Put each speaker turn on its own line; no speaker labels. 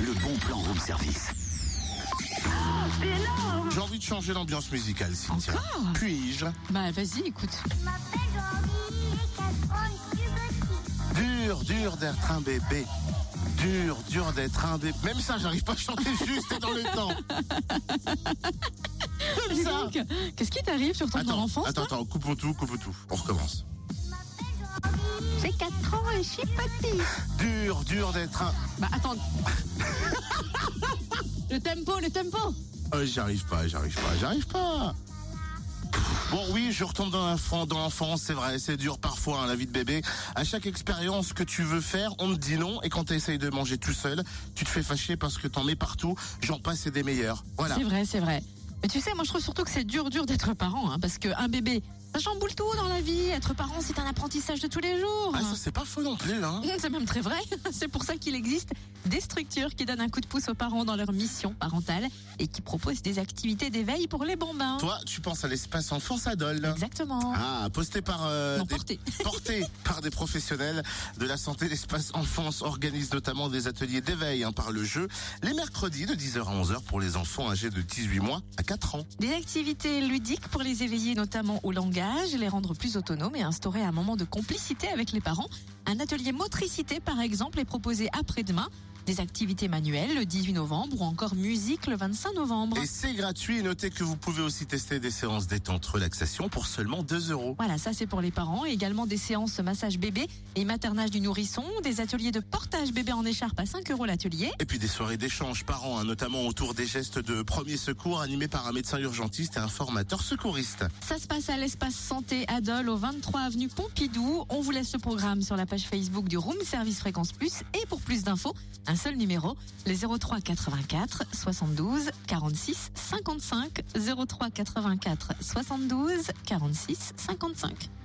le bon plan room service.
J'ai envie de changer l'ambiance musicale, Cynthia.
Encore
Puis-je
Bah vas-y, écoute.
Je m'appelle Henri et Catherine Dubotis.
Dur, dur d'être un bébé. Dur, dur d'être un bébé. Même ça, j'arrive pas à chanter juste et dans le temps.
Dis
ça.
donc, qu'est-ce qui t'arrive sur ton
Attends,
enfance
attends, attends, coupons tout, coupons tout. On recommence.
Je m'appelle Henri. J'ai 4 ans et je suis petit.
Dur, dur d'être un...
Bah attends. le tempo, le tempo.
Euh, j'arrive pas, j'arrive pas, j'arrive pas. Bon oui, je retombe dans l'enfant, dans l'enfance, c'est vrai, c'est dur parfois hein, la vie de bébé. À chaque expérience que tu veux faire, on te dit non et quand tu essayes de manger tout seul, tu te fais fâcher parce que t'en mets partout, j'en passe et des meilleurs. Voilà.
C'est vrai, c'est vrai. Mais tu sais, moi je trouve surtout que c'est dur, dur d'être parent, hein, parce qu'un bébé, ça chamboule tout dans la vie. Être parent, c'est un apprentissage de tous les jours. Mmh,
Ah ça c'est pas faux non plus hein.
C'est même très vrai. C'est pour ça qu'il existe des structures qui donnent un coup de pouce aux parents dans leur mission parentale et qui proposent des activités d'éveil pour les bambins.
Toi, tu penses à l'espace enfance adol.
Exactement.
Ah, posté par euh,
Non,
des-
porté.
porté par des professionnels de la santé, l'espace enfance organise notamment des ateliers d'éveil hein, par le jeu les mercredis de 10h à 11h pour les enfants âgés de 18 mois à 4 ans.
Des activités ludiques pour les éveiller notamment au langage, les rendre plus autonomes et instaurer un moment de complicité avec les parents. Un atelier motricité par exemple est proposé après-demain. Des activités manuelles le 18 novembre ou encore musique le 25 novembre.
Et c'est gratuit. Et Notez que vous pouvez aussi tester des séances détente relaxation pour seulement 2 euros.
Voilà, ça c'est pour les parents. Et également des séances massage bébé et maternage du nourrisson, des ateliers de portage bébé en écharpe à 5 euros l'atelier.
Et puis des soirées d'échange par an, hein, notamment autour des gestes de premier secours animés par un médecin urgentiste et un formateur secouriste.
Ça se passe à l'espace santé Adol au 23 avenue Pompidou. On vous laisse le programme sur la page Facebook du Room Service Fréquence Plus. Et pour plus d'infos, un seul numéro, les 03 84 72 46 55. 03 84 72 46 55.